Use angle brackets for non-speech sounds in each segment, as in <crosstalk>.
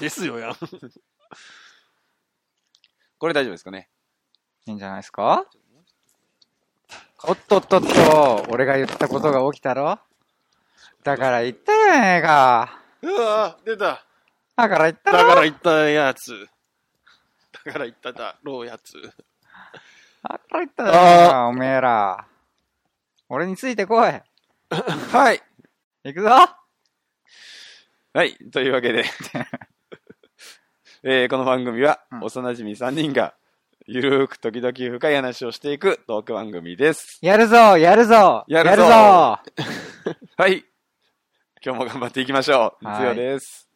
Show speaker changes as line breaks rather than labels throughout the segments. ですよやん。
これ大丈夫ですかね
いいんじゃないですかおっとっとっと、俺が言ったことが起きたろだから言ったじゃねえか。
うわぁ、出た。
だから言った
だ
ろ
から言ったやつ。だから言っただろうやつ。
だから言ったじゃねえか、おめえら。俺についてこい。
はい。
行くぞ
はい。というわ
<laughs>
けで、えーこの番組は、
うん
幼馴染3人が、ゆるーく時々深い話をしていくトーク番組です。
やるぞやるぞ
や
やる
るぞ
ぞ
はい。今日も頑張っていきましょう。
はい
つよです。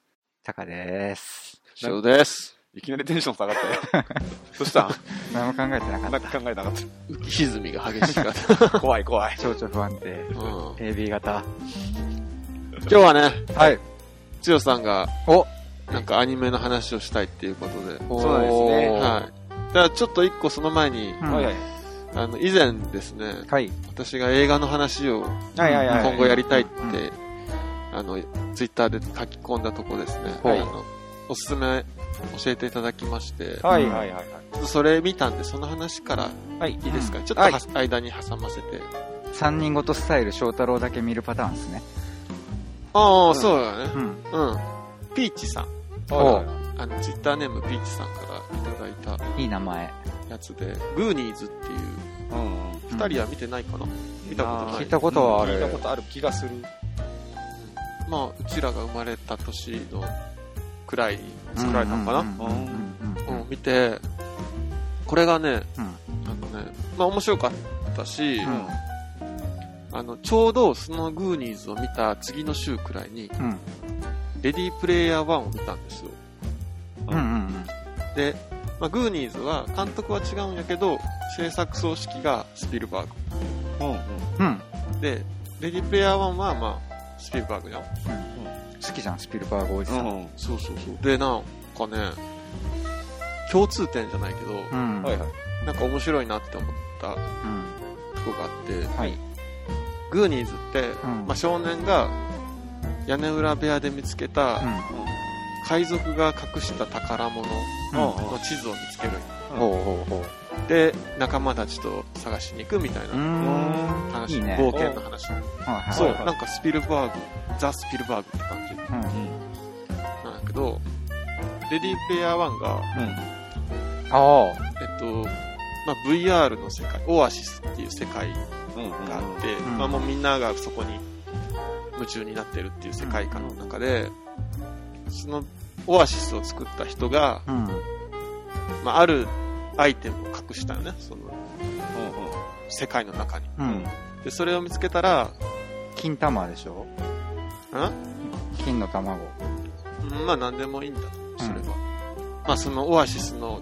タカです。
ショウです。
いきなりテンション下
<laughs>
がったよ。どうした
何も考えてなかっ
なんか考えなかっ。
浮き沈みが激しかった
怖い怖い
た。。情緒不安定。
た。うん
AB 型。
今日はね、
はい。
つよさんが、
お
なんかアニメの話をしたいっていうことで。
そうなんですね
おー
はい。ただちょっと一個その前に、
うん
はいはい。
あの、以前ですね、
はい。
私が映画の話を
はいはいはい
今後やりたいって
うんう、
あの、ツイッターで書き込んだとこですね。
はい
あの、おすすめ教えていただきまして、
はいはいはい。
それ見たんで、その話から
はい。
いいですか、ちょっと
はい
は間に挟ませて。
三人ごとスタイル翔太郎だけ見るパターンですね。
ああ、
ん
そうだね
う。ん。
うん。ピーチさん。
お
あの、ツイッターネームピーチさんからいただいた
いい名前。
やつで、グーニーズっていう、
うんうん。
二人は見てないかな、見たことない。
聞いたことはある
聞いたことある気がする。
まあ、うちらが生まれた年のくらいに作られたのかな、
うんうんうんうん
うん、見て、これがね、
うん
あのね、まあ面白かったし、
うん
あの、ちょうどそのグーニーズを見た次の週くらいに、
うん
レディープレイヤー1を見たんですよ。
うんうん
で、まあ、グーニーズは監督は違うんやけど、制作総指揮がスピルバー
うんう
う
ん。
んうん
グ。で、レディープレイヤー1はまあ、スピルバーグじゃん。
好きじゃん、スピルバーグおじさん。
うん。
そうそうそう。で、なんかね、共通点じゃないけど、
うん。
はいはい。
なんか面白いなって思った
うん
とこがあって、
はい。
グーニーズって、
うん
まあ、少年が屋根裏部屋で見つけた海賊が隠した宝物
うん。うん。
の地図を見つける
ほうほうほ。
で仲間たちと探しに行くみたいう
うー。
なん話
いいね
冒険の話
はいはい。
そう
はい
なんかスピルバーグザ・スピルバーグって感じ
うん。
なんだけどレディープレイヤー1が、
う
あ
ん。
あ。
えっとまあ、VR の世界オアシスっていう世界
うん。うん。
があって、
うん
まあ、もうみんながそこに夢中になってるっていう世界観の中で、そのオアシスを作った人が、
うん。
まあ、あるアイテムを隠したよねその世界の中に
うん。
でそれを見つけたら
金玉でしょ金の卵。
んまあ何でもいいんだとすれば、まあ、そのオアシスの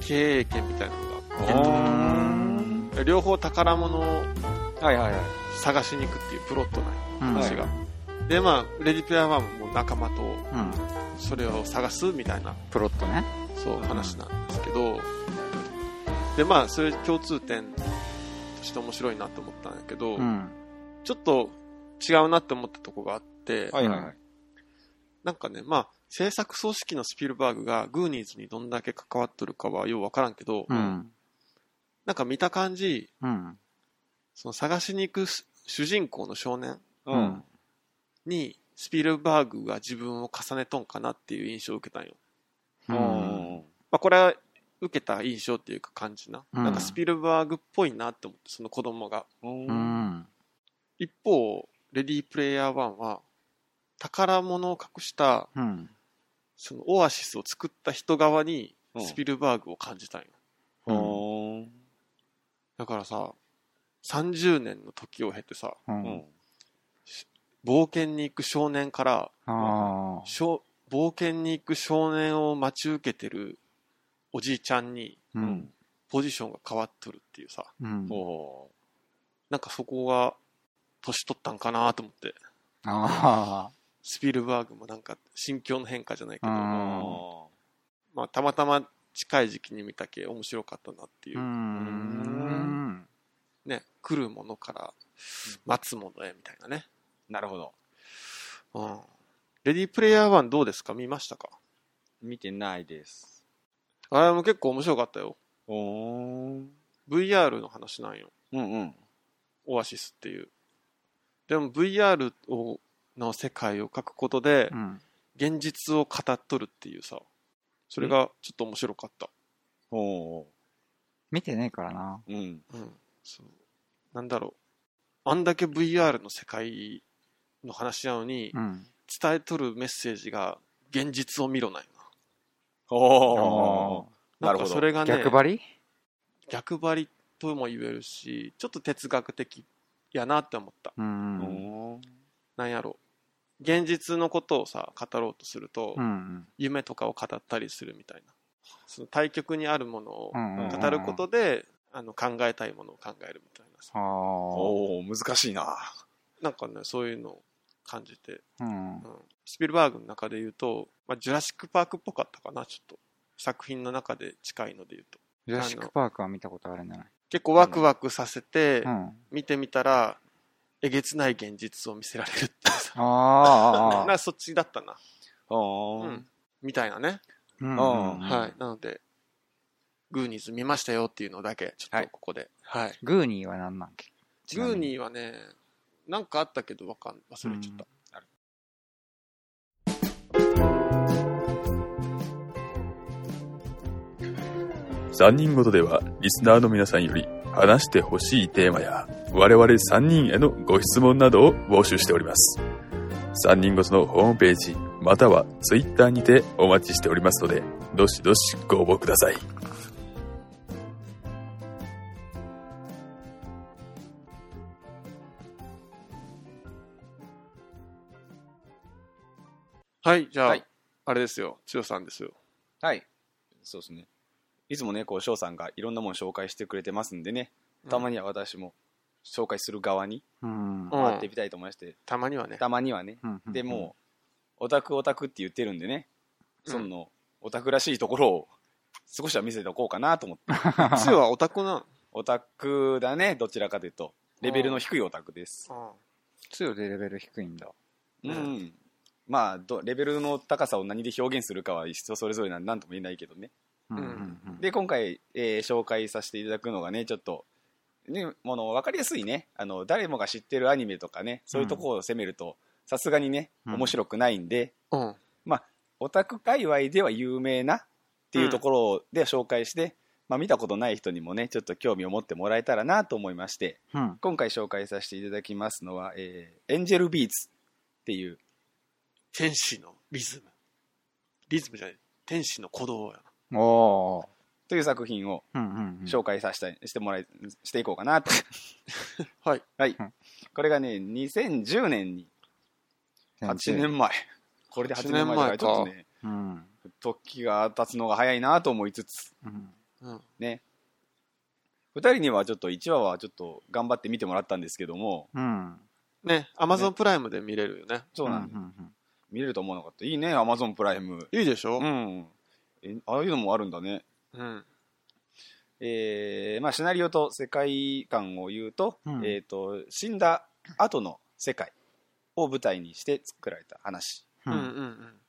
経営権みたいなのがあって
う
うーん。
ん
で両方宝物を
はいはいはい。
探しに行くっていうプロットなんよ
うん。
話が、でまあレディプレイヤー1ももう仲間と
うん。
それを探すみたいな
プロットね。
そう
うん
話なんですけど、でまあそれ共通点として面白いなと思ったんだけど、
うん。
ちょっと違うなって思ったとこがあって、
はいはいはい。
なんかねまあ制作組織のスピルバーグがグーニーズにどんだけ関わっとるかはようわからんけど、
うん。
なんか見た感じ
うん。
その探しに行くす主人公の少年
う。ん。
にスピルバーグが自分を重ねとんかなっていう印象を受けたんよ、
う。
うんん。
まあ、これは受けた印象っていうか感じな、
うん
なんかスピルバーグっぽいなって思ってその子供が
う
うん。
ん。
一方、レディープレイヤー1は、宝物を隠した、
うん。
そのオアシスを作った人側に、
うん
スピルバーグを感じたんよ。
うん。
だからさ、30年の時を経てさ、
う。
うんん。
冒険に行く少年から、
ああ。
少冒険に行く少年を待ち受けてるおじいちゃんに、
うん。
ポジションが変わっとるっていうさ、
うん。
お
なんかそこが、年取ったんかなと思って、
あ
スピルバーグもなんか、心境の変化じゃないけど、
うん
あ。
まあ、たまたま近い時期に見たけ面白かったなってい
あ。う
う、
ん。
ね来るものから待つものへみたいなね、
なるほど。
うん、レディープレイヤー1どうですか見ましたか
見てないです。
あれも結構面白かったよ。
おーん。
VR の話なんよ。
うんうん。
オアシスっていう。でも VR をの世界を描くことで
う、ん。
現実を語っとるっていうさ、それがちょっと面白かった。
おー。
見てねえからな。
うん。
うん。そう。なんだろう。あんだけ VR の世界の話なのに、
うん。
伝えとるメッセージが、現実を見ろない
おー。
な。
な
な
る
んか
ほど
それがね、
逆張り
逆張りとも言えるし、ちょっと哲学的やなって思った。
う。
うんん。
なんやろ。現実のことをさ、語ろうとすると、
うん。
夢とかを語ったりするみたいな。その対極にあるものを
うん
語ることで、あの考えたいものを考えるみたいなさ。
ああ。
おー、難しいな。
なんかね、そういうのを感じて、
うん
う。ん、スピルバーグの中で言うと、まあ、ジュラシック・パークっぽかったかな、ちょっと。作品の中で近いので言うと。
ジュラシックパークは見たことあるんじゃない
結構ワクワクさせて、
うん。あ
見てみたら、えげつない現実を見せられるってさ。
<laughs>
あ。
なそっちだったな。
お
う
ー。
ん。みたいなね。
うんうん
うん
はい。なので、グーニーズ見ましたよっていうのだけ、ちょっとここで。はい。
グーニーは何なんっけ
グーニ
ー。
ーはね、なんかあったけどわかん、忘れちゃった。
3人ごとではリスナーの皆さんより話してほしいテーマや我々3人へのご質問などを募集しております3人ごとのホームページまたは Twitter にてお待ちしておりますのでどしどしご応募ください
はい、じゃあ、
はい
あれですよ、千代さんですよ。
はい。そうですね。いつもね、こう、翔さんがいろんなもの紹介してくれてますんでね、たま
に、
には私も紹介する側に
うん。
うん
回ってみたいと思いまして、
たまにはね。
たまにはね、
うん
で、もう、オタクオタクって言ってるんでね、
うん
その、オタクらしいところを少しは見せておこうかなと思って、
千代はオタクな
オタクだね、どちらかというと、レベルの低いオタクです。
の。
強でレベル低いんだ。
う
うんん。まあど、レベルの高さを何で表現するかは人それぞれなんで何とも言えないけどね。
うん
ん
うん。
で、今回、えー紹介させていただくのがね、ちょっと、ね、もの、わかりやすいね、あの、誰もが知ってるアニメとかね、そういうところを攻めると、さすがにね、
うん
面白くないんで、
うん。うん。
オタク界隈では有名なっていうところで紹介して、まあ見たことない人にもね、ちょっと興味を持ってもらえたらなと思いまして、
うん。
今回紹介させていただきますのは、えーエンジェルビーツっていう、
天使のリズム。リズムじゃない。天使の鼓動やな。
おー。
という作品を
うんうんうん。
紹介させたい、してもらい、していこうかなと。
はい。
はい
うん。
これがね、2010年に、8年前。これで8年前だから、
8年前か
ちょっとね、
うん。
時が経つのが早いなと思いつつ、
うん。
うん。
ね。2人にはちょっと1話はちょっと頑張って見てもらったんですけども、
うん。
ね、アマゾンプライムで見れるよね。
そうなんだ、見れると思わなかった。いいね、アマゾンプライム。
いいでしょ
うん。え、ああいうのもあるんだね。
うん。
えーまあ、シナリオと世界観を言うと、
うん
えっ、と、死んだ後の世界を舞台にして作られた話。
う
うんん
う。
うんん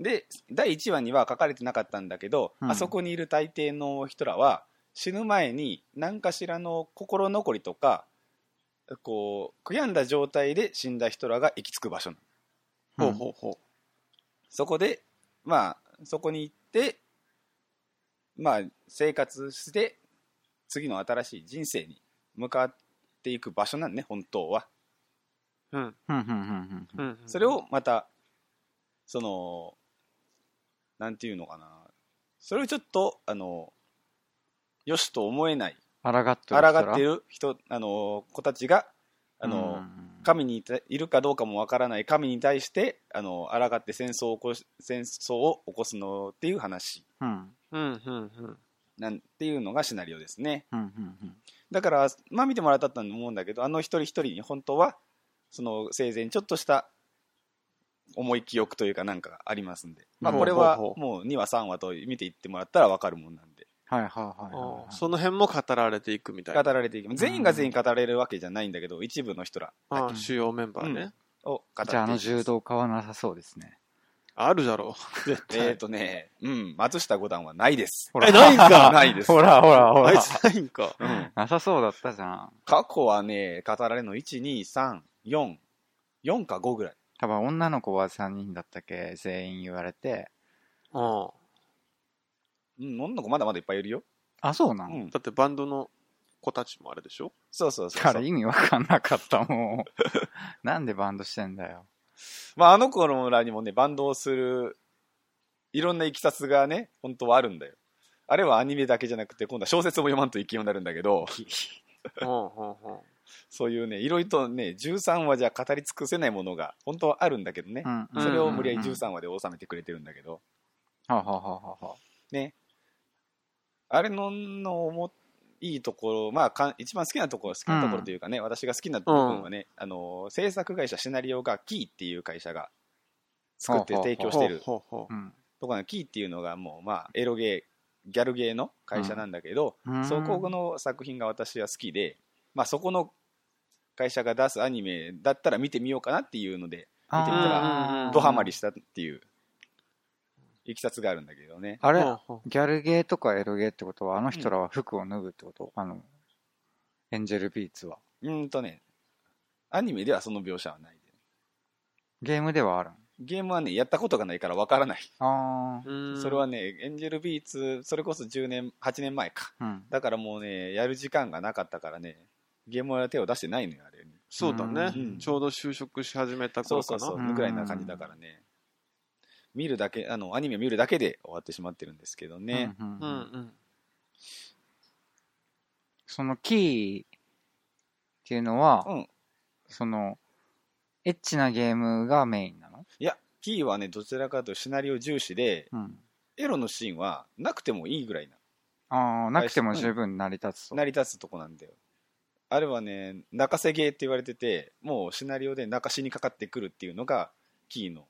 で、第1話には書かれてなかったんだけど、
うん
あそこにいる大抵の人らは、死ぬ前に何かしらの心残りとか、こう、悔やんだ状態で死んだ人らが行き着く場所なの
うん。ほうほうほ
そこで、まあ、そこに行って、まあ、生活して、次の新しい人生に向かっていく場所なんね、本当は。
う。うん。
うんうんうん
うんうん。
それをまた、その、なんていうのかな。それをちょっと、あの、よしと思えない、
うん。抗って
抗っている人、あの、子たちが、あの、神にいたいるかどうかもわからない神に対してあの抗って戦争を起こし戦争を起こすのっていう話
うん
うんうんうん。
なんていうのがシナリオですね
うんうんうん
だからまあ見てもらったと思うんだけどあの一人一人に本当はその生前ちょっとした重い記憶というかなんかがありますんで、まあ、
ほう
これは
ほうほう
もう2話3話と見ていってもらったらわかるもんなんで
はいはいはいはい
あ
は
あ
い。
その辺も語られていくみたい
語
な。
られていきます全員が全員語れるわけじゃないんだけど一部の人ら
ああ主要メンバーね。
を語っています
じゃああの柔道家はなさそうですね。
あるだろう。絶
えっ
対。
とね、うん、松下五段はないです。
ほ
え、ないん
<laughs>
か
<laughs> ないです。
ほらほらほ
あい
ら。
つないんか。 <laughs>
うん
なさそうだったじゃん。
過去はね、語られるの1、2、3、4、4か5ぐらい。
多分女の子は3人だったっけ全員言われて。
うん。
うん、女の子まだまだいっぱいいるよ。
あ、そうな
う
の、
ん。
だってバンドの子たちもあれでしょ
そうそう
だ
そう
か
そ
ら
う。
意味わかんなかったもう <laughs> なんでバンドしてんだよ。
まあ、あの頃らにもね、バンドをする、いろんないきさつがね、本当はあるんだよ。あれはアニメだけじゃなくて、今度は小説も読まんといけんようになるんだ
<laughs>
けど、
うん、うん、うん。
そういうね、いろいろとね、13話じゃ語り尽くせないものが、本当はあるんだけどね
う。ん、
それを無理やり
うんうん
13話で収めてくれてるんだけど、
はあはあはあはあはあ
ね。あれののおもいいところ、まあかん、一番好きなところ、好きなところというかね、私が好きなところはね、あの、制作会社シナリオがキーっていう会社が作って
ほうほうほう
提供してる
ほうほうほ
うん
ところのキーっていうのがもう、まあ、エロゲー、ギャルゲーの会社なんだけど、
うん
そこの作品が私は好きで、まあ、そこの会社が出すアニメだったら見てみようかなっていうので、
あー
見てみた
ら
ドハマりしたっていう、いきさつがあるんだけどね。
あ
う。
れ、
うんうん
ギャルゲーとかエロゲーってことは、あの人らは服を脱ぐってこと、あの、エンジェルビーツは。
うーんとね、アニメではその描写はない。
ゲームではあるん
ゲームはね、やったことがないからわからない。
あ
うん
それはね、エンジェルビーツ、それこそ10年、8年前か。
あ。うん。
だからもうね、やる時間がなかったからね、ゲームは手を出してないのよ、あれに。
そうだね、
うん
ちょうど就職し始めた頃
そうそ
か
うそう
な。
うん
ぐらいな感じだからね、見るだけあのアニメ見るだけで終わってしまってるんですけどね、
う
う
んうんん
う
うん
ん。
そのキーっていうのは、
うん
その、エッチなゲームがメインなの
いやキーはねどちらかというとシナリオ重視で
うん。
エロのシーンはなくてもいいぐらいな
ああ、なくても十分成り立つと。
成り立つとこなんだよあれはね泣かせゲーって言われててもうシナリオで泣かしにかかってくるっていうのがキーの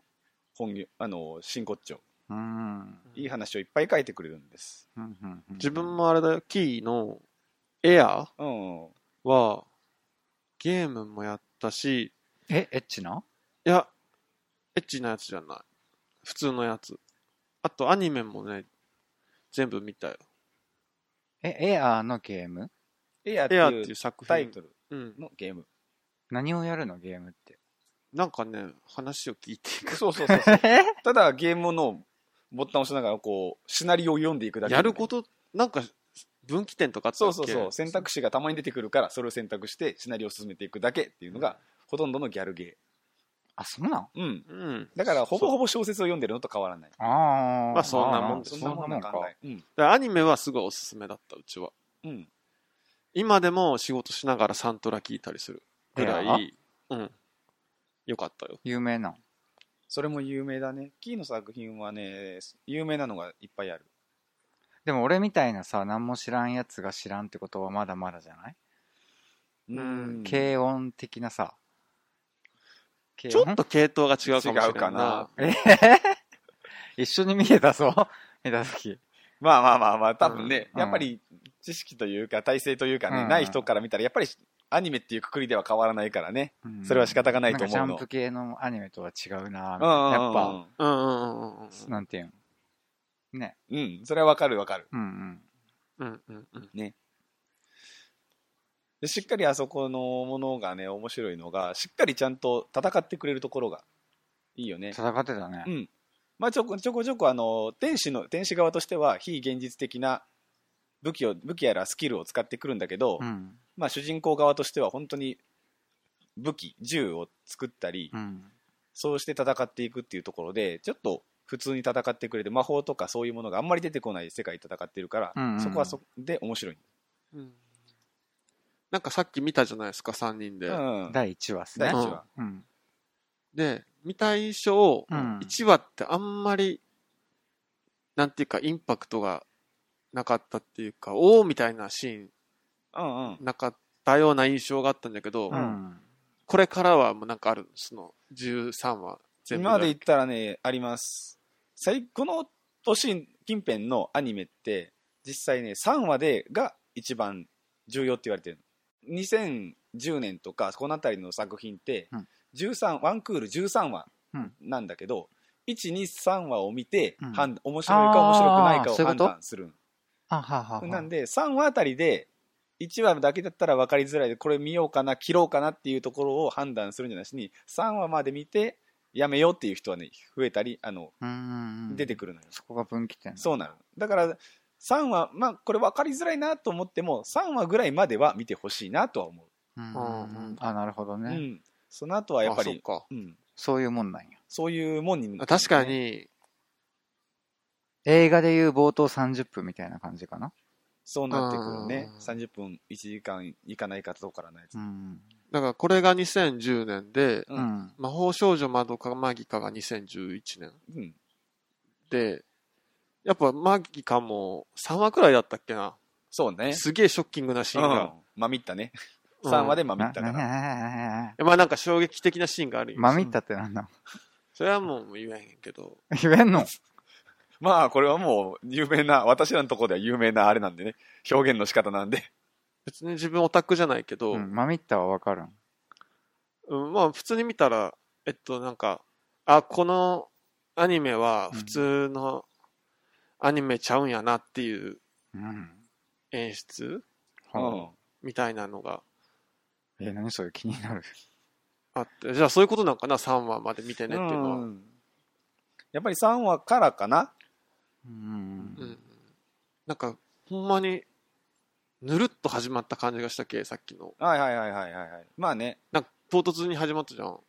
本業あの真骨頂
うん。うん
いい話をいっぱい書いてくれるんです
うんうん
自分もあれだよ、キーのエア
うん
は、ゲームもやったし、
え、エッチない
や、エッチなやつじゃない。普通のやつ。あとアニメもね、全部見たよ。
え、エアーのゲーム
エアって
エアってい
いう
う作
タイ
品。
トル
うん。
のゲーム
何をやるのゲームって。
なんかね、話を聞いていく。
そうそうそうそう <laughs> ただゲームのボタンを押しながらこうシナリオを読んでいくだけ
やること、なんか、分岐点とかあった
そ
っ
う
け
そうそう選択肢がたまに出てくるからそれを選択してシナリオを進めていくだけっていうのがほとんどのギャルゲ
あ、そうなの
ーうん
うん。
だからほぼほぼ小説を読んでるのと変わらない
ああ。
まあそんなもん
あー
です
そんなもんな考えうん
だからアニメはすごいおすすめだった、うちは。
うん
今でも仕事しながらサントラ聞いたりするぐらい、うん。よかったよ。
有名なの
それも有名だねキーの作品はね有名なのがいっぱいある
でも俺みたいなさ、何も知らんやつが知らんってことはまだまだじゃない、
うん
軽音的なさ。軽
ちょっと系統が違うかもしれない。
違うかな
えへへ一緒に見えたぞ。 <laughs> 下手すき。
まあまあまあまあ多分ね
うん
やっぱり知識というか体制というか
う
ね
ん
ない人から見たらやっぱりアニメっていうくくりでは変わらないからね
うん
それは仕方がないと思うの
んかジャンプ系のアニメとは違うな
うんうんうん
やっぱ、
うんうんうんうん
なんていうん。ね。
うんそれはわかるわかる
うんうん。
うんうんうん。
でしっかりあそこのものがね面白いのがしっかりちゃんと戦ってくれるところがいいよね、
戦ってたね
う。んまあ、ちょこちょこちょこあの天使の天使側としては非現実的な武器を武器やらスキルを使ってくるんだけど、
うん。
まあ、主人公側としては本当に武器銃を作ったり、
うん。
そうして戦っていくっていうところでちょっと普通に戦ってくれて魔法とかそういうものがあんまり出てこない世界で戦ってるから、
うんうん
そこはそで面白い、
うんなんかさっき見たじゃないですか、3人で。
うん、
第1話っす
第
ね
一。話、
うん。
で、見た印象、
うん
1話ってあんまり、なんていうか、インパクトがなかったっていうか、おーみたいなシーン、
うんうん
なかったような印象があったんだけど、
うん。
これからはもうなんかある、その13話、全部
今まで言ったらね、あります。最この年近辺のアニメって、実際ね、3話でが一番重要って言われてるの。2010年とか、このあたりの作品って、
うん
13、ワンクール13話
うん
なんだけど、1、2、3話を見て、
うん
判面白いか面白くないか
あー
を
そういう
判
こと
断する。
あはあはあはあ
なんで、3話あたりで、1話だけだったら分かりづらいで、これ見ようかな、切ろうかなっていうところを判断するんじゃなしに、3話まで見て、やめようっていう人はね、増えたり、あの、
うんうんうん
出てくるのよ。
そこが分岐点。
そうなの。だから、3話、まあ、これ分かりづらいなと思っても、3話ぐらいまでは見てほしいなとは思
うんうん
う
うんん。あ、なるほど
う。う
ね。
ん。その後はやっぱ
あそ
り
っ、か
うん。
そういうもんなんや。
そういうもんに、
確か。に、
映画でいう冒頭30分みたいな感じかな。
そうなってくるね
う。ん
30分、1時間いかないかとからのやつ
う。ん。
だからこれが2010年で、
う
うんん。
魔法少女まどかマギカが2011年
うん。
で、やっぱマギカも3話くらいだったっけな。
そうね。
すげえショッキングなシーン
う
が
ん。まみったね。
うん
3話でまみ
な
っ
な
た
な
か
な
ら。
なな
まあなんか衝撃的なシーンがあるよ。
まみったってなんだ
それはもう言えへんけど。
言えんの
まあ、これはもう、有名な、私らのところでは有名なあれなんでね。表現の仕方なんで。
別に自分オタクじゃないけど、
うんまみったはわかるん。
うんまあ普通に見たら、えっとなんか、あ、このアニメは普通のアニメちゃうんやなっていう
うん。
演出
うん
は。
みたいなのが
あえ、何それ気になる。
あって、じゃあそういうことなんかな、3話まで見てねっていうのは。
うんやっぱり3話からかな。
う。
うんんなんか、ほんまに、ぬるっと始まった感じがしたっけ、さっきの。
はいはいはいはいはいはい。まあね。
なんか、唐突に始まったじゃん。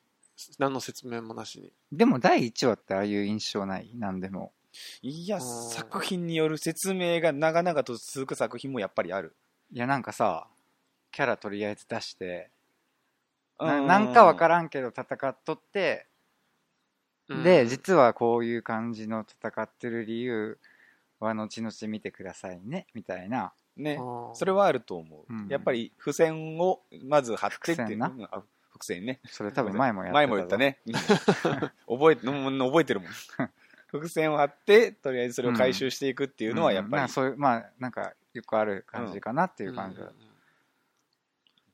何の説明もなしに。
でも第1話ってああいう印象ない何でも。
いや、
うん
作品による説明が長々と続く作品もやっぱりある。
いや、なんかさ、キャラとりあえず出して、
う
ななんかわかららんけど戦っとって、
うん
で、実はこういう感じの戦ってる理由は後々見てくださいね、みたいな。
ん。ね。
あー
それはあると思う。
うん
やっぱり付箋をまず貼って
伏
って
線な
うんあ伏線ね。
それ多分前もやってた。
前も言った。 <laughs> ね。うん覚えて、うん覚えてるもん。伏線を貼って、とりあえずそれを回収していくっていうのはやっ
うん
ぱ
まあ
り。
そういう、まあ、なんか、よくある感じかなっていう感じ
うん
だ
うん。うん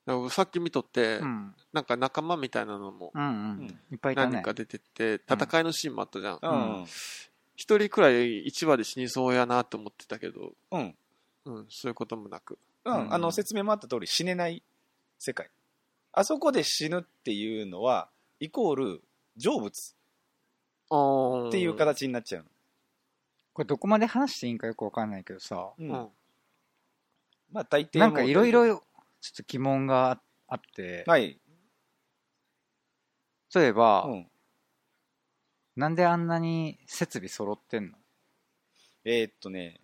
だからさっき見とって、
うん。
なんか仲間みたいなのも
うんう
うん
ん。いっぱいいた
何人
ね。
か出てって、戦いのシーンもあったじゃん。
う
うんん。
一、人くらい1話で死にそうやなと思ってたけど、
うん。
うん、そういうこともなく。
うん、あの説明もあった通り死ねない世界あそこで死ぬっていうのはイコール成仏
っ
っていう。形になっちゃう
これどこまで話していいんかよくわかんないけどさ、
の、
う。
うんん
うん
まあ大抵
なんかいろいろ
は
ちょっと疑問があって、
い、
例えば、
うん、
なんであんなに設備揃ってんの
えーっとね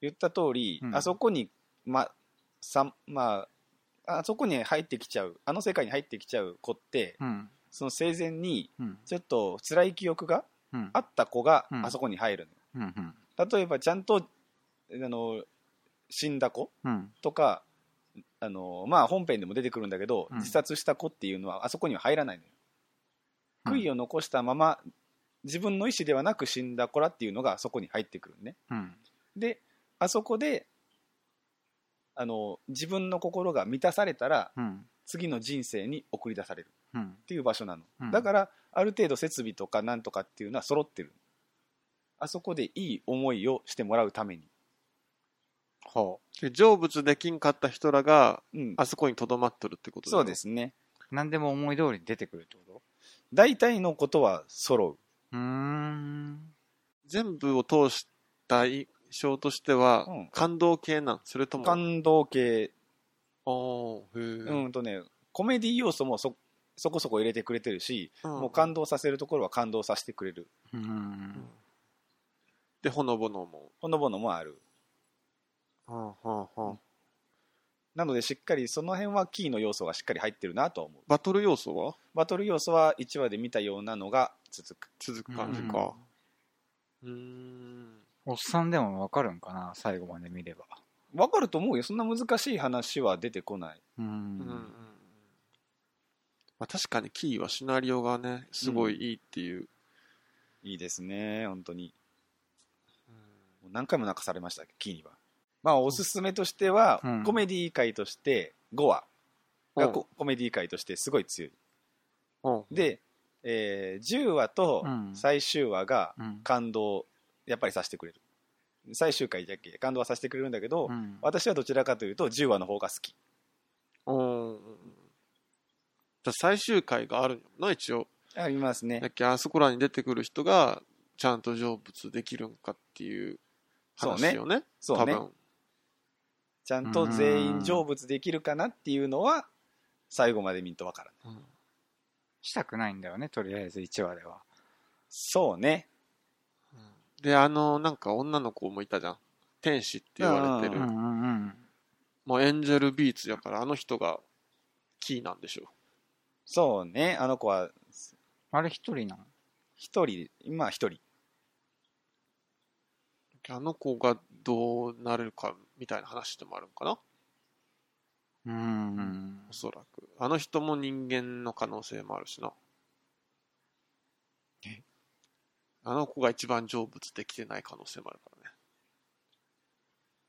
言った通り、
うん
あそこにまさまああそこに入ってきちゃうあの世界に入ってきちゃう子って
うん。
その生前に
うん。
ちょっと辛い記憶が
うん
あ。った子が
うん
あそこに入る
うん。うん
の、例えばちゃんとあの死んだ子
うん。
とか、あのまあ、本編でも出てくるんだけど、
うん
自殺した子っていうのはあそこには入らないのよ。
うん
悔いを残したまま自分の意思ではなく死んだ子らっていうのがあそこに入ってくるね。
うん。
であそこであの自分の心が満たされたら
うん。
次の人生に送り出される
うん。
っていう場所なの、
うん
だからある程度設備とかなんとかっていうのは揃ってるあそこでいい思いをしてもらうために、
ほ
で成仏できんかった人らが、
うん、
あそこにとどまっとるってことだ
そ
よ
うで。すね
う。なんでも思い通りに出てくるってこ
大体のことは揃う
とうーん。
全部を通した印象としては、
うん
感動系なんそれとも。
感動系、
おーへ
う
ー
んとね、コメディ要素もそそこそこ入れてくれてるし、
うん
もう感動させるところは感動させてくれる、
うーん。
で、ほのぼのも。
ほのぼのもある、
はあはあはあ
なのでしっかりその辺はキーの要素がしっかり入ってるなとは思う、
バトル要素は
バトル要素は1話で見たようなのが続く、
続く感じか。うーん。
おっさんでもわかるんかな最後まで見れば。
わかると思うよ、そんな難しい話は出てこない、
うー
うんうんうん
ん。
まあ、確かにキーはシナリオがね、すごいいいっていう。
いいですね、本当に、もう何回も泣かされました、キーには。まあ、おすすめとしては、
うん
コメディ界として5話
うん
がコ,、コメディ界としてすごい強い。
うん。
で、えー10話と
うん
最終話が
うん。
感動をやっぱりさせてくれる最終回じゃっけ感動はさせてくれるんだけど、
うん
私はどちらかというと10話の方が好き
うん。じゃあ最終回があるんやもんな、一応。
ありますね
やっけあそこらに出てくる人が、ちゃんと成仏できるんかっていう話よね。
そうね
多分。
ちゃんと全員成仏できるかなっていうのは最後まで見んとわからない
したくないんだよね、とりあえず1話では。
そうね
で、あの、なんか女の子もいたじゃん。天使って言われて
う
る
んう。んうん。
もうエンジェルビーツやから、あの人がキーなんでしょ
そうねあの子は
あれ一人なの
一人今は一人
う。あの子がどうなれるかみたいな話でもあるんかな
うん
お。そらく。あの人も人間の可能性もあるしな。あの子が一番成仏できてない可能性もあるからね。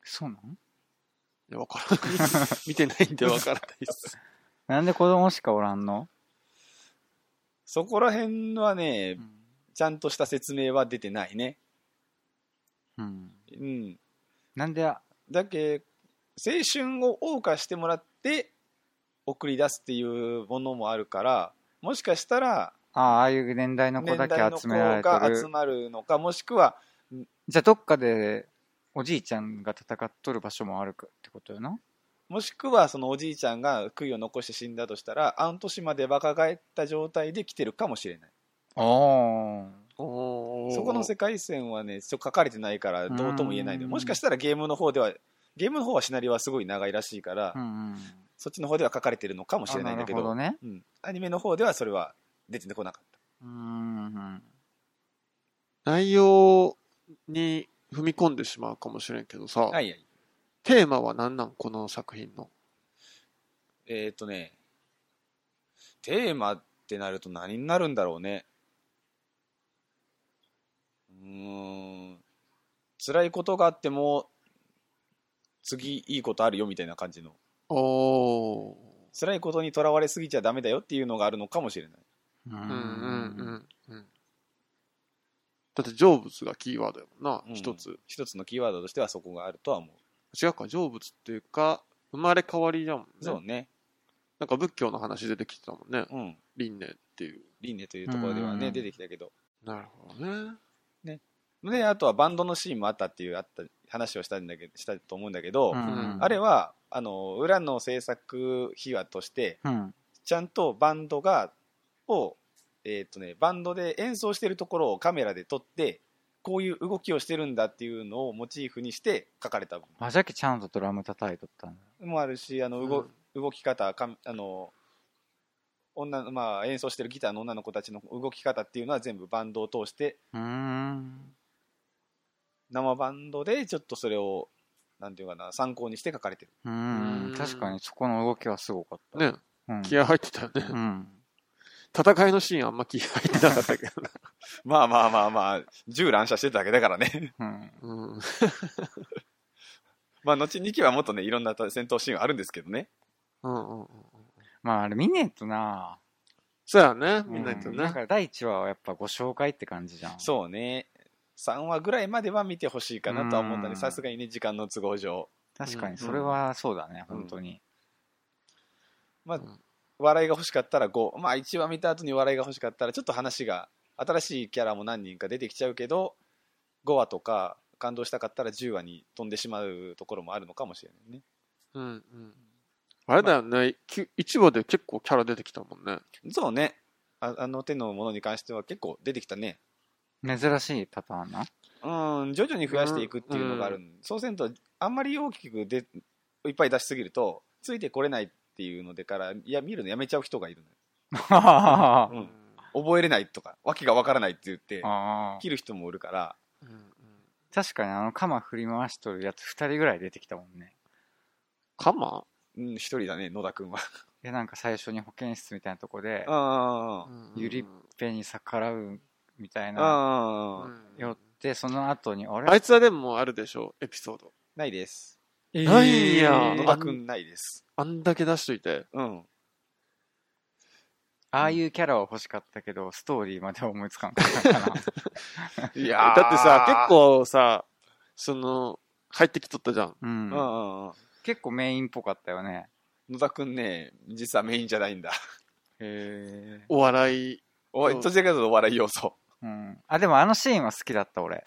そうなの
いや
<laughs>
わからない。見てないんでわからないです。
なんで子供しかおらんの
そこら辺はね
うん
ちゃんとした説明は出てないね
うん。
うん
なんで、
だけ青春を謳歌してもらって送り出すっていうものもあるからもしかしたら
ああ、ああいう年代の子
年
だけ
代の
集
子
められて
が集
る。
まるのかもしくは
じゃあ、どっかで、おじいちゃんが戦っとる場所もあるかってことよな。
もしくはそのおじいちゃんが悔いを残して死んだとしたらあの年まで若返った状態で来てるかもしれない
ああ。
おー
そこの世界線はねちょっと書かれてないからどうとも言えないで
うん
もしかしたらゲームの方ではゲームの方はシナリオはすごい長いらしいから、
うんうん。
そっちの方では書かれてるのかもしれないんだけど
あなるほどね。
うん、アニメの方ではそれは出てこなかった
うんうん。
内容に踏み込んでしまうかもしれんけどさ、
はいはい。
テーマは何なんこの作品の。
えっ、とね、テーマってなると何になるんだろうね。うーん。辛いことがあっても、次いいことあるよみたいな感じの。
おー。
辛いことにとらわれすぎちゃダメだよっていうのがあるのかもしれない。
う
うんうんうんんうん。だって成仏がキーワードやもんな、
うん
一つ。
一つのキーワードとしてはそこがあるとは思
違うか、成仏っていうか、生まれ変わりだもんね。
う。そうね。
なんか仏教の話出てきてたもんね。
うん。
輪廻っていう。
輪廻というところでは
うんうんう
ね、
ん
出てきたけど。
なるほどね。
で、あとはバンドのシーンもあったっていうあった話をしたんだけど、したと思うんだけど、
うん
あれは、あの、裏の制作秘話として、
うん。
ちゃんとバンドが、を、えーっとね、バンドで演奏してるところをカメラで撮って、こういう動きをしてるんだっていうのをモチーフにして書かれた部
あ、じゃけちゃんとドラム叩いとったんだ。
分もあるし、あの、動
う、ん
動き方、かあの、女の、まあ、演奏してるギターの女の子たちの動き方っていうのは全部バンドを通して、
うーん。
生バンドでちょっとそれを、なんていうかな、参考にして書かれてる。
う
うん
ん。確かにそこの動きはすごかった。
ね、
うん。
気合入ってたよね。
うん。
戦いのシーンあんま気合入ってなかったけどな。
まあまあまあまあ、銃乱射してただけだからね。
うん。
<laughs> うん。
まあ、後2期はもっとね、いろんな戦闘シーンはあるんですけどね。
うんうんうん。
まあ、あれ見ねえとな。
そうやね、みんな言って
うん
ね。
だから第1話はやっぱご紹介って感じじゃん。
そうね。3話ぐらいまでは見てほしいかなとは思った
う
ね。
ん
さすがにね、時間の都合上。
確かに、それはそうだね、本当に。
まあ
うん、
笑いが欲しかったら5。まあ、1話見た後に笑いが欲しかったら、ちょっと話が、新しいキャラも何人か出てきちゃうけど、5話とか、感動したかったら10話に飛んでしまうところもあるのかもしれないね。
うんうん。あれだよね、きゅ一話で結構キャラ出てきたもんね。
そうね。ああの手のものに関しては結構出てきたね。
珍しいパターンな。
うん、徐々に増やしていくっていうのがある、
う
そうせんとあんまり大きくでいっぱい出しすぎるとついてこれないっていうのでからいや見るのやめちゃう人がいる
<laughs> あ
のよ、うん、覚えれないとか訳がわからないって言って
あ。
切る人もいるから
うんうん
確かにあの鎌振り回しとるやつ2人ぐらい出てきたもんね。
カマ
うん一人だね野田君は
いや、なんか最初に保健室みたいなとこで、
あ
ゆりペに逆らうみたい
あ
な、
ああ
よって、その後に、あれ
あいつはでもあるでしょ、エピソード。
ないです
ないやん
野
あ
田君ないです
あんだけ出しといて。
うん
ああいうキャラは欲しかったけど、ストーリーまでは思いつかんかったかな。
い
だってさ、結構さ、その、入ってきとったじゃん。
うん
う。んうんうん。
結構メインっぽかったよね。
野田くんね、実はメインじゃないんだ。
へ
お笑い。
おい、
うん
どちらかというとお笑い要素。
うん。あ、でもあのシーンは好きだった、俺。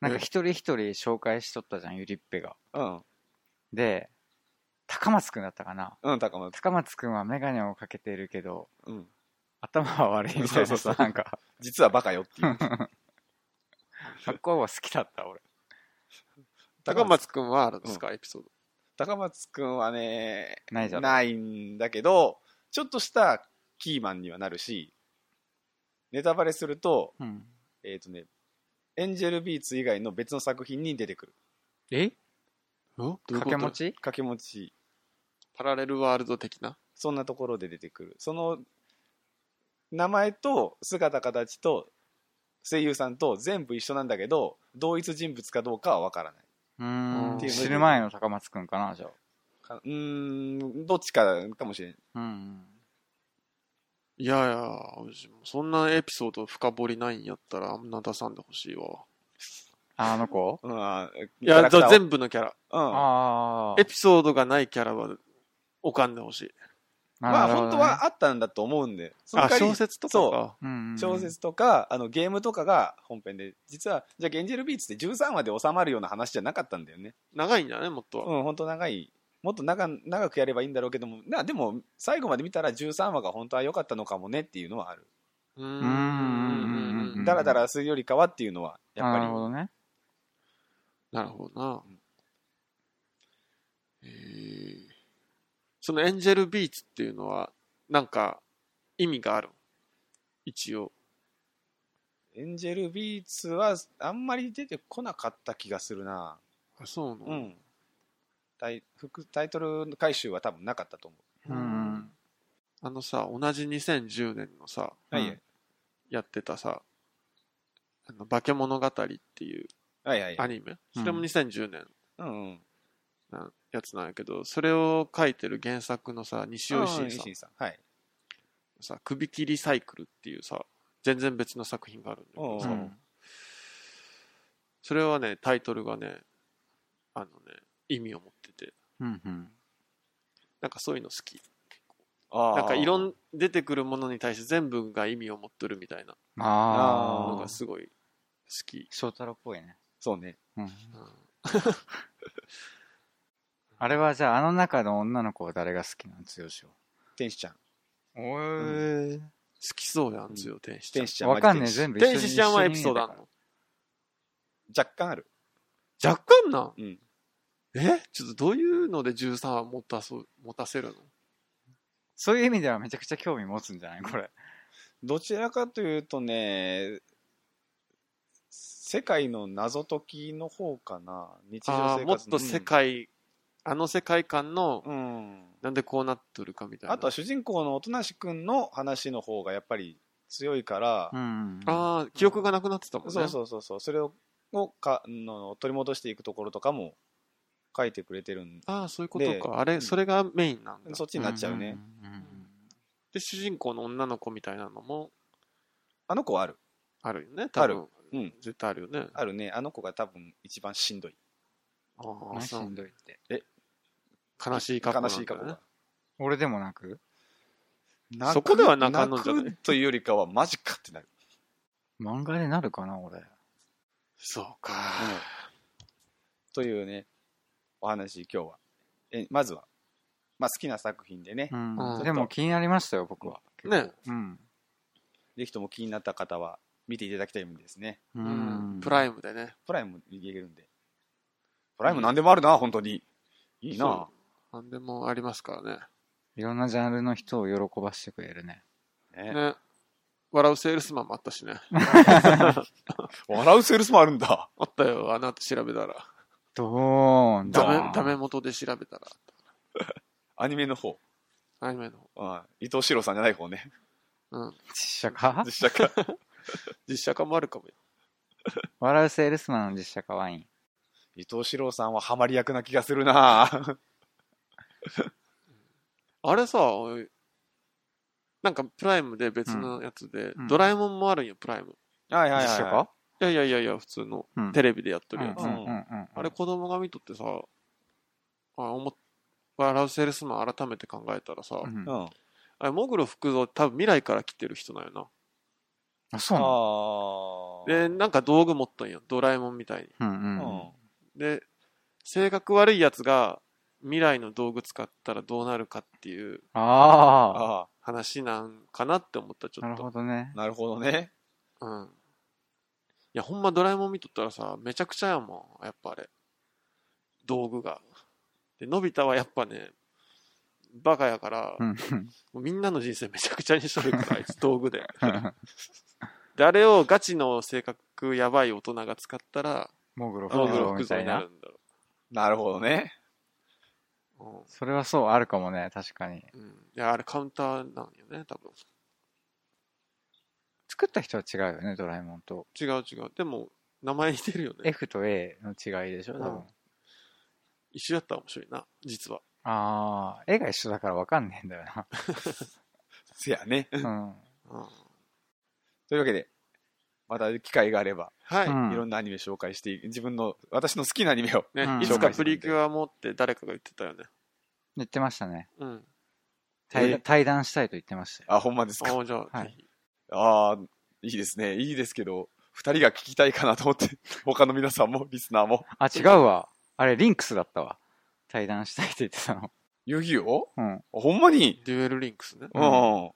なんか一人一人紹介しとったじゃん、ゆりっぺが。
うん。
で、高松くんだったかな。
うん、高松。
高松くんはメガネをかけてるけど、
うん。
頭は悪いみたいな
そうそう
さ、
そう
なんか、
実はバカよって
<laughs>
いう。
あっこは好きだった、俺。
高松くんはあるんですか、エピソード。
高松くんはね、
ないじゃん。
ないんだけど、ちょっとしたキーマンにはなるし、ネタバレすると、
うん。
えっ、とね、エンジェルビーツ以外の別の作品に出てくる。
え
どういう
掛
こ
け
と
持ち
掛け持ち、
パラレルワールド的な
そんなところで出てくる。その、名前と姿形と声優さんと全部一緒なんだけど、同一人物かどうかはわからない。
うーん
っていうの
死ぬ前の高松くんかなじゃ
かうーん、どっちかかもしれん。
あうん
いやいや、そんなエピソード深掘りないんやったら、あんな出さんでほしいわ。
ああの子
うん、あー
い
キャ
や、
ラクターを
全部のキャラ。
うん。
ああ
エピソードがないキャラは、おかんでほしい。
まあ、本当はあったんだと思うんで。その
あ、
代わり
小説とかか。
うん
小説とか、あのゲームとかが本編で、実は、じゃあ、エンジェルビーツって13話で収まるような話じゃなかったんだよね。
長いんだね、もっとは。
うん、本当長い。もっと長長くやればいいんだろうけども、なでも、最後まで見たら13話が本当は良かったのかもねっていうのはある。
うーん
うんうんうんうん
だらだらするよりかはっていうのは、やっ
あー
ぱ
な
り
るほどね
なるほどな
うん。
えーそのエンジェルビーツっていうのは、なんか、意味がある。一応。
エンジェルビーツはあんまり出てこなかった気がするな。
あ、そうなの、
うん。タイ副タイトルの回収は多分なかったと思
うんうん
あのさ、同じ2010年のさ、
う。はい
やってたさ、あの化け物語っていう
はいはいは
ア
い。
ニメ。それも2010年
うんうん。
なやつなんやけど、それを書いてる原作のさ、西尾
うん
維新さん
石井さん。はい。
さ、首切りサイクルっていうさ、全然別の作品があるんだけど
う
さ、
ん
それはね、タイトルがね、あのね、意味を持ってて、
うんうん
なんかそういうの好き。
な
なんかいろ
な。
ん、出てくるものに対して全部が意味を持ってるみたいな
ー
の
ああ
がすごい好き。
翔太郎っぽいね
そうね。
うん
うん
あれはじゃああの中の女の子は誰が好きなの剛は
天使ちゃん。
おえ
好きそうやんつよ、天使ちゃ
天
ん。
使ちゃん。
わかんね
マ
え
ジ
全部一緒に
天使ちゃんはエピソードあんの
天使若干ある。
若干なん
うん。
えちょっとどういうので13は持たそう、持たせるの
そういう意味ではめちゃくちゃ興味持つんじゃないこれ
どちらかというとね、世界の謎解きの方かな。日
ああ
常生活
ー、もっと世。界、あの世界観の、
うん。うん
なんでこうなっとるかみたいな。
あとは主人公のおとなしくんの話の方がやっぱり強いから、
うん
ああ、記憶がなくなってたもんね。
そうそうそうそう、それををかの取り戻していくところとかも書いてくれてるん
ああ、そういうこと
で
か。あれ、
うん
それがメインなんだ。
そっちになっちゃうね。
うんうんうん
で、主人公の女の子みたいなのも
あの子はある。
あるよね。多分
るうん
絶対あるよね。
あるね。あの子が多分一番しんどい。
あ
うん
あ、
し
そうん
どいって
悲しい過去
悲
なんだ
しい
ね
過去が。
俺でもなく
泣く
そこでは泣かんのじゃない
泣くというよりかはマジかってなる。
漫画でなるかな俺
そうか。
というね、お話、今日は。えまずは、まあ、好きな作品でね、
う
うんん
でも気になりましたよ僕は
ね。
うん
ぜひとも気になった方は見ていただきたいんですね。
う
うん。プライムでね。
プライムいけるんで。プライムなんでもあるな、本当に。いいな
そ。なんでもありますからね。
いろんなジャンルの人を喜ばしてくれるね。
ね
ね。笑うセールスマンもあったし
<laughs>
ね。
笑うセールスもあるんだ。
あったよ、あの後調べたら。
ドーン、
ダ
ド
メ
ー、ン
ダメ元で調べたら。
アニメの方。
アニメの。
うん伊藤四郎さんじゃない方ね。
うん。
実写化
実写化。
<laughs> 実写化もあるかもよ。
笑うセールスマンの実写化ワイン。
伊藤四郎さんはハマり役な気がするな。
あれさ、おいなんかプライムで別のやつで、
うん
ドラえもんもあるんよ、プライム。
はいはいはい、
実写
は
化
いやいやいやいや、普通の
うん
テレビでやって
うんう
るや
ん
つ。
うんうん
あれ子供が見とってさ、あ、思っ笑うセールスマン改めて考えたらさ、
うん
い。うん。あ
あれ、モグロ福蔵多分未来から来てる人なんよな。
あ、そうなの
で、
あ。
なんか道具持っとんよ。ドラえもんみたいに。
うんう
うん
うん
ん。
で、性格悪いやつが未来の道具使ったらどうなるかっていう
ああ、
ああ、
話なんかなって思った、ちょ
な
っ
る
と
ほ。どね。
なるほどね。
うん。いや、ほんまドラえもん見とったらさ、めちゃくちゃやもん。やっぱあれ。道具が。で、のび太はやっぱね、バカやから、
うん
もうみんなの人生めちゃくちゃにしとるから、あ
<laughs>
いつ道具で。で、あれをガチの性格やばい大人が使ったら、
モグロ
モグロ
み
福
た
蔵
い
にな
な
る。んだろ
なるほどね。
う。うん
それはそう、あるかもね、確かに。
うん。いや、あれカウンターなんよね、多分。
作った人は違うよね、ドラえもんと。
違う違う。でも、名前似てるよね。
F と A の違いでしょ、多
うん
分。
一緒やったら面白いな、実は。
ああ、絵が一緒だからわかんねえんだよな。
せやね。
うん。
<laughs> うん
というわけで、また機会があれば、
はい。
うん
いろんなアニメ紹介してい、自分の、私の好きなアニメを。
ね
うん、
いつかプリキュアもって誰かが言ってたよね。
言ってましたね。
うん。
対
え
談対談したいと言ってましたよ。
あ、ほんまですか。
あじゃあ、
はい
ぜひ。
ああ、いいですね。いいですけど、二人が聞きたいかなと思って、 <laughs> 他の皆さんも、リスナーも。
あ、違うわ。あれ、リンクスだったわ。対談したいと言ってたの。
遊戯王
うん。
ほんまに
デュエルリンクスね。
うん。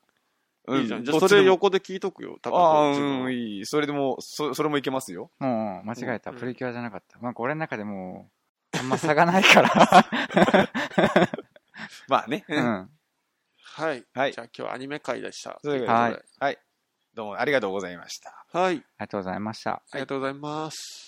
いいじゃん。じゃ
ど
あ、そ
っちで
れ
も
横で聞いとくよ。多分
ああ、
自分は
うん、いい。それでも、そそれもいけますよ。
もう、間違えた。
うん
プリキュアじゃなかった。なんか俺の中でもう、あんま差がな
<laughs>
いから。
まあね。
うん。
はい。
はい
じゃあ、今日はアニメ会でした。
そういう <laughs> ことで
はい。
はい。どうもありがとうございました。
はい。
ありがとうございました。
ありがとうございます。